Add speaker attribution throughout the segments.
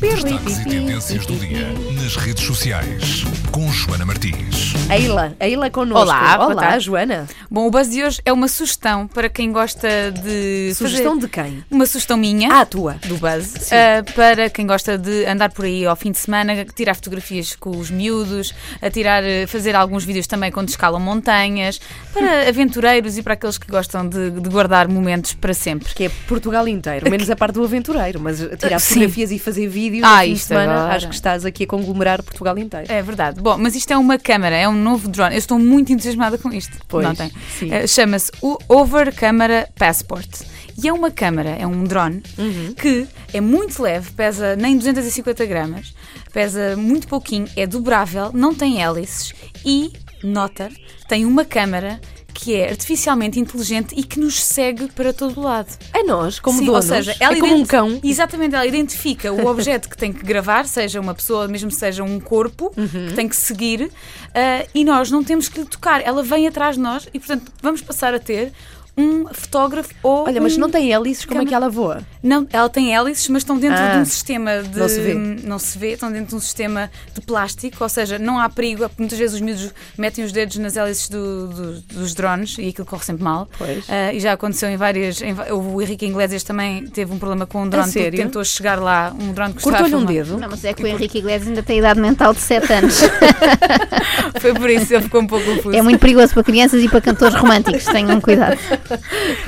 Speaker 1: Destaques e tendências do dia nas redes sociais com Joana Martins.
Speaker 2: A Ila, a Ila connosco.
Speaker 3: Olá, boa
Speaker 2: Olá
Speaker 3: tarde.
Speaker 2: Joana.
Speaker 3: Bom, o buzz de hoje é uma sugestão para quem gosta de.
Speaker 2: Sugestão
Speaker 3: fazer-
Speaker 2: de quem?
Speaker 3: Uma sugestão minha.
Speaker 2: Ah, a tua.
Speaker 3: Do buzz. ah, para quem gosta de andar por aí ao fim de semana, tirar fotografias com os miúdos, a tirar, eh, fazer alguns vídeos também quando escalam montanhas, para aventureiros e para aqueles que gostam de, de guardar momentos para sempre.
Speaker 2: Que é Portugal inteiro, menos a parte do aventureiro, mas tirar
Speaker 3: Ah, sim.
Speaker 2: fotografias e fazer vídeos
Speaker 3: Ah,
Speaker 2: no fim de
Speaker 3: isto
Speaker 2: semana,
Speaker 3: agora.
Speaker 2: acho que estás aqui a conglomerar Portugal inteiro.
Speaker 3: É verdade. Bom, mas isto é uma câmara, é um novo drone. Eu estou muito entusiasmada com isto.
Speaker 2: Pois,
Speaker 3: Notem.
Speaker 2: sim.
Speaker 3: Eh, Chama-se o Over Camera Passport. E é uma câmara, é um drone,
Speaker 2: Uhum.
Speaker 3: que é muito leve, pesa nem 250 gramas, pesa muito pouquinho, é dobrável, não tem hélices e, nota, tem uma câmara que é artificialmente inteligente e que nos segue para todo o lado.
Speaker 2: A nós, como
Speaker 3: Sim,
Speaker 2: donos,
Speaker 3: ou seja,
Speaker 2: é
Speaker 3: ela
Speaker 2: como um
Speaker 3: identi-
Speaker 2: cão.
Speaker 3: Exatamente, ela identifica o objeto que tem que gravar, seja uma pessoa, mesmo seja um corpo,
Speaker 2: Uhum.
Speaker 3: que tem que seguir, ah, e nós não temos que lhe tocar. Ela vem atrás de nós e, portanto, vamos passar a ter um fotógrafo ou.
Speaker 2: Olha, mas
Speaker 3: um-
Speaker 2: não tem hélices, como é
Speaker 3: Cama-
Speaker 2: que ela voa?
Speaker 3: Não, ela tem hélices, mas estão dentro
Speaker 2: Ah,
Speaker 3: de um sistema de.
Speaker 2: não se vê.
Speaker 3: não se vê, estão dentro de um sistema de plástico, ou seja, não há perigo. Muitas vezes os miúdos metem os dedos nas hélices do- do- dos drones e aquilo corre sempre mal.
Speaker 2: Pois.
Speaker 3: Ah, e já aconteceu em várias. em va- o Henrique Iglesias também teve um problema com um drone que
Speaker 2: sério?
Speaker 3: tentou chegar lá, um drone que estava a
Speaker 2: Cortou-lhe um
Speaker 3: filmar.
Speaker 2: dedo.
Speaker 4: Não, mas é que o Henrique Iglesias ainda tem idade mental de 7 anos.
Speaker 3: Foi por isso, ele ficou um pouco confuso.
Speaker 4: É muito perigoso para crianças e para cantores românticos, tenham cuidado.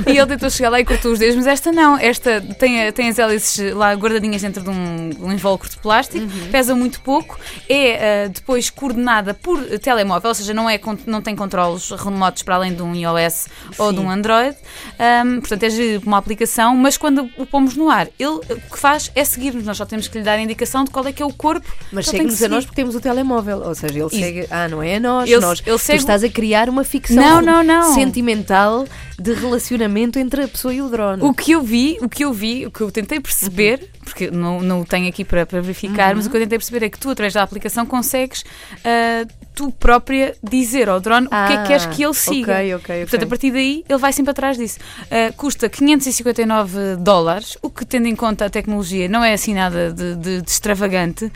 Speaker 3: E ele tentou chegar lá e cortou os dedos, mas esta não. Esta tem, a- tem as hélices lá guardadinhas dentro de um, um invólucro de plástico,
Speaker 2: Uhum.
Speaker 3: pesa muito pouco, é ah, depois coordenada por telemóvel, ou seja, não, é, con- não tem controlos remotos para além de um iOS ou de um Android. Ahm, portanto, é gerido por uma aplicação, mas quando o pomos no ar, ele ah, o que faz é seguir-nos. Nós só temos que lhe dar a indicação de qual é que é o corpo.
Speaker 2: Mas
Speaker 3: que ele tem que
Speaker 2: segue-nos a
Speaker 3: seguir.
Speaker 2: nós porque temos o telemóvel. Ou seja, ele
Speaker 3: E-
Speaker 2: segue. Ah, não é a nós.
Speaker 3: Ele-
Speaker 2: nós.
Speaker 3: ele
Speaker 2: tu
Speaker 3: segue-
Speaker 2: estás a criar uma ficção
Speaker 3: Não, não, não.
Speaker 2: sentimental de relacionamento entre a pessoa e o drone.
Speaker 3: O que eu vi, o que eu vi, o que eu tentei perceber,
Speaker 2: Uhum.
Speaker 3: porque não, não o tenho aqui para, para verificar, mas o que eu tentei perceber é que tu, através da aplicação, consegues ah, tu própria dizer ao drone o que é
Speaker 2: Ah,
Speaker 3: que queres que ele siga.
Speaker 2: ok, ok,
Speaker 3: Portanto,
Speaker 2: ok.
Speaker 3: a partir daí, ele vai sempre atrás disso. Ah, custa 559 dólares, o que, tendo em conta a tecnologia, não é assim nada de, de- de extravagante.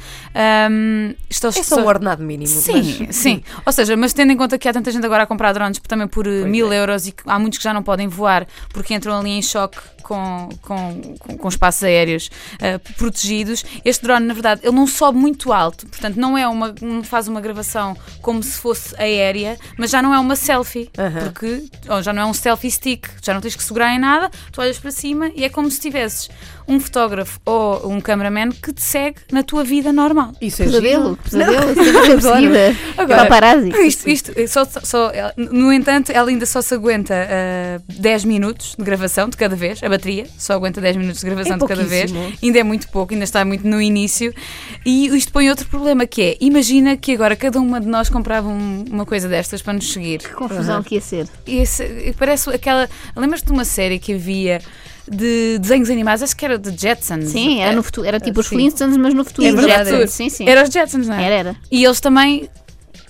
Speaker 3: Um,
Speaker 2: É só um ordenado mínimo.
Speaker 3: Sim, sim. Ou seja, mas tendo em conta que há tanta gente agora a comprar drones também por eh, mil euros e que há muitos que já não podem voar porque entram ali em choque com, com, com, com espaços aéreos eh, protegidos, este drone, na verdade, ele não sobe muito alto, portanto, não é uma. não faz uma gravação como se fosse aérea, mas já não é uma selfie, porque ou já não é um selfie stick, já não tens que segurar em nada, tu olhas para cima e é como se tivesses um fotógrafo ou um cameraman que te segue na tua vida normal.
Speaker 2: Isso é
Speaker 4: Pesadelo,
Speaker 2: giro.
Speaker 4: pesadelo, é sempre perseguida.
Speaker 3: Agora-
Speaker 4: Paparazzi.
Speaker 3: Isto, isto, eh, só, só- ela- no entanto, ela ainda só se aguenta ah, 10 minutos de gravação de cada vez, a bateria só aguenta 10 minutos de gravação
Speaker 2: É
Speaker 3: de cada vez,
Speaker 2: pouquíssimo.
Speaker 3: ainda é muito pouco, ainda está muito no início. E isto põe outro problema que é: imagina que agora cada uma de nós comprava um- uma coisa destas para nos seguir.
Speaker 4: Que confusão que ia ser.
Speaker 3: E esse- parece aquela. Lembras-te de uma série que havia de desenhos animados? Acho que era de Jetsons.
Speaker 4: Sim, era, no futuro, era tipo os
Speaker 2: sim.
Speaker 4: Flintstones, mas no futuro.
Speaker 3: É verdade.
Speaker 4: Jetsons. Sim, sim.
Speaker 3: Era os Jetsons, não é?
Speaker 4: Era, era.
Speaker 3: E eles também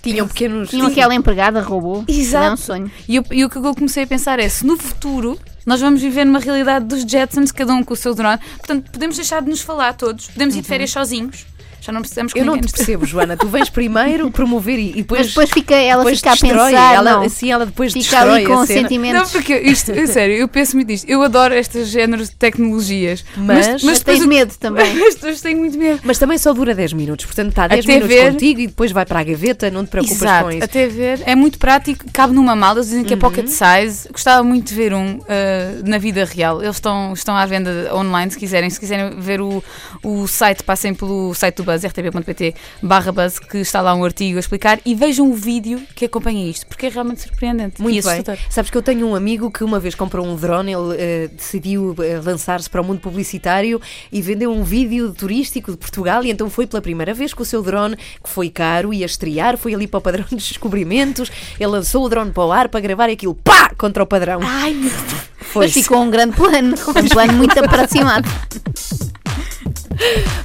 Speaker 2: Tinham pequenos.
Speaker 4: Tinham aquela empregada, robô.
Speaker 3: Exato.
Speaker 4: Era um sonho.
Speaker 3: E, eu- e o que eu comecei a pensar é: se no futuro nós vamos viver numa realidade dos Jetsons, cada um com o seu drone, portanto, podemos deixar de nos falar todos, podemos ir de férias sozinhos, já não precisamos que
Speaker 2: Uhum. Eu não
Speaker 3: ninguém
Speaker 2: te
Speaker 3: nos-
Speaker 2: percebo, Joana. Tu vens primeiro promover e, e depois.
Speaker 4: Mas depois fica, ela
Speaker 2: depois
Speaker 4: fica a
Speaker 2: destrói.
Speaker 4: pensar,
Speaker 2: ela,
Speaker 4: não.
Speaker 2: Assim ela depois
Speaker 4: Fica
Speaker 2: destrói
Speaker 4: ali com
Speaker 2: a
Speaker 4: o
Speaker 2: cena.
Speaker 4: sentimento.
Speaker 3: Não, porque isto, é sério, eu penso muito disto. Eu adoro estes géneros de tecnologias,
Speaker 2: Mas-
Speaker 4: Mas
Speaker 3: depois
Speaker 4: tens
Speaker 3: o-
Speaker 4: medo também.
Speaker 3: As pessoas têm muito medo.
Speaker 2: Mas também só dura 10 minutos, portanto está 10
Speaker 3: Até
Speaker 2: minutos
Speaker 3: ver-
Speaker 2: contigo e depois vai para a gaveta, não te preocupas
Speaker 3: Exato,
Speaker 2: com isso. Uhum.
Speaker 3: até ver. É muito prático, cabe numa mala, eles dizem que é pocket size. Gostava muito de ver um ah, na vida real. Eles estão, estão à venda online, se quiserem. Se quiserem ver o, o site, passem pelo site do Buzz, rtp.pt barra Buzz, que está lá um artigo a explicar. E vejam o vídeo que acompanha isto, porque é realmente surpreendente. e
Speaker 2: Muito bem.
Speaker 3: assustador.
Speaker 2: Sabes que eu tenho um amigo que uma vez comprou um drone, ele eh, decidiu eh, lançar-se para o mundo publicitário e vendeu um vídeo turístico de Portugal e então foi pela primeira vez com o seu drone, que foi caro, ia estrear, foi ali para o padrão dos descobrimentos, ele lançou o drone para o ar para gravar e aquilo, pá, contra o padrão.
Speaker 4: Ai, meu
Speaker 2: Foi.
Speaker 4: Mas ficou um grande plano, um plano muito aproximado.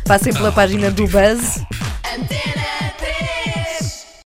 Speaker 2: Passem pela página do Buzz.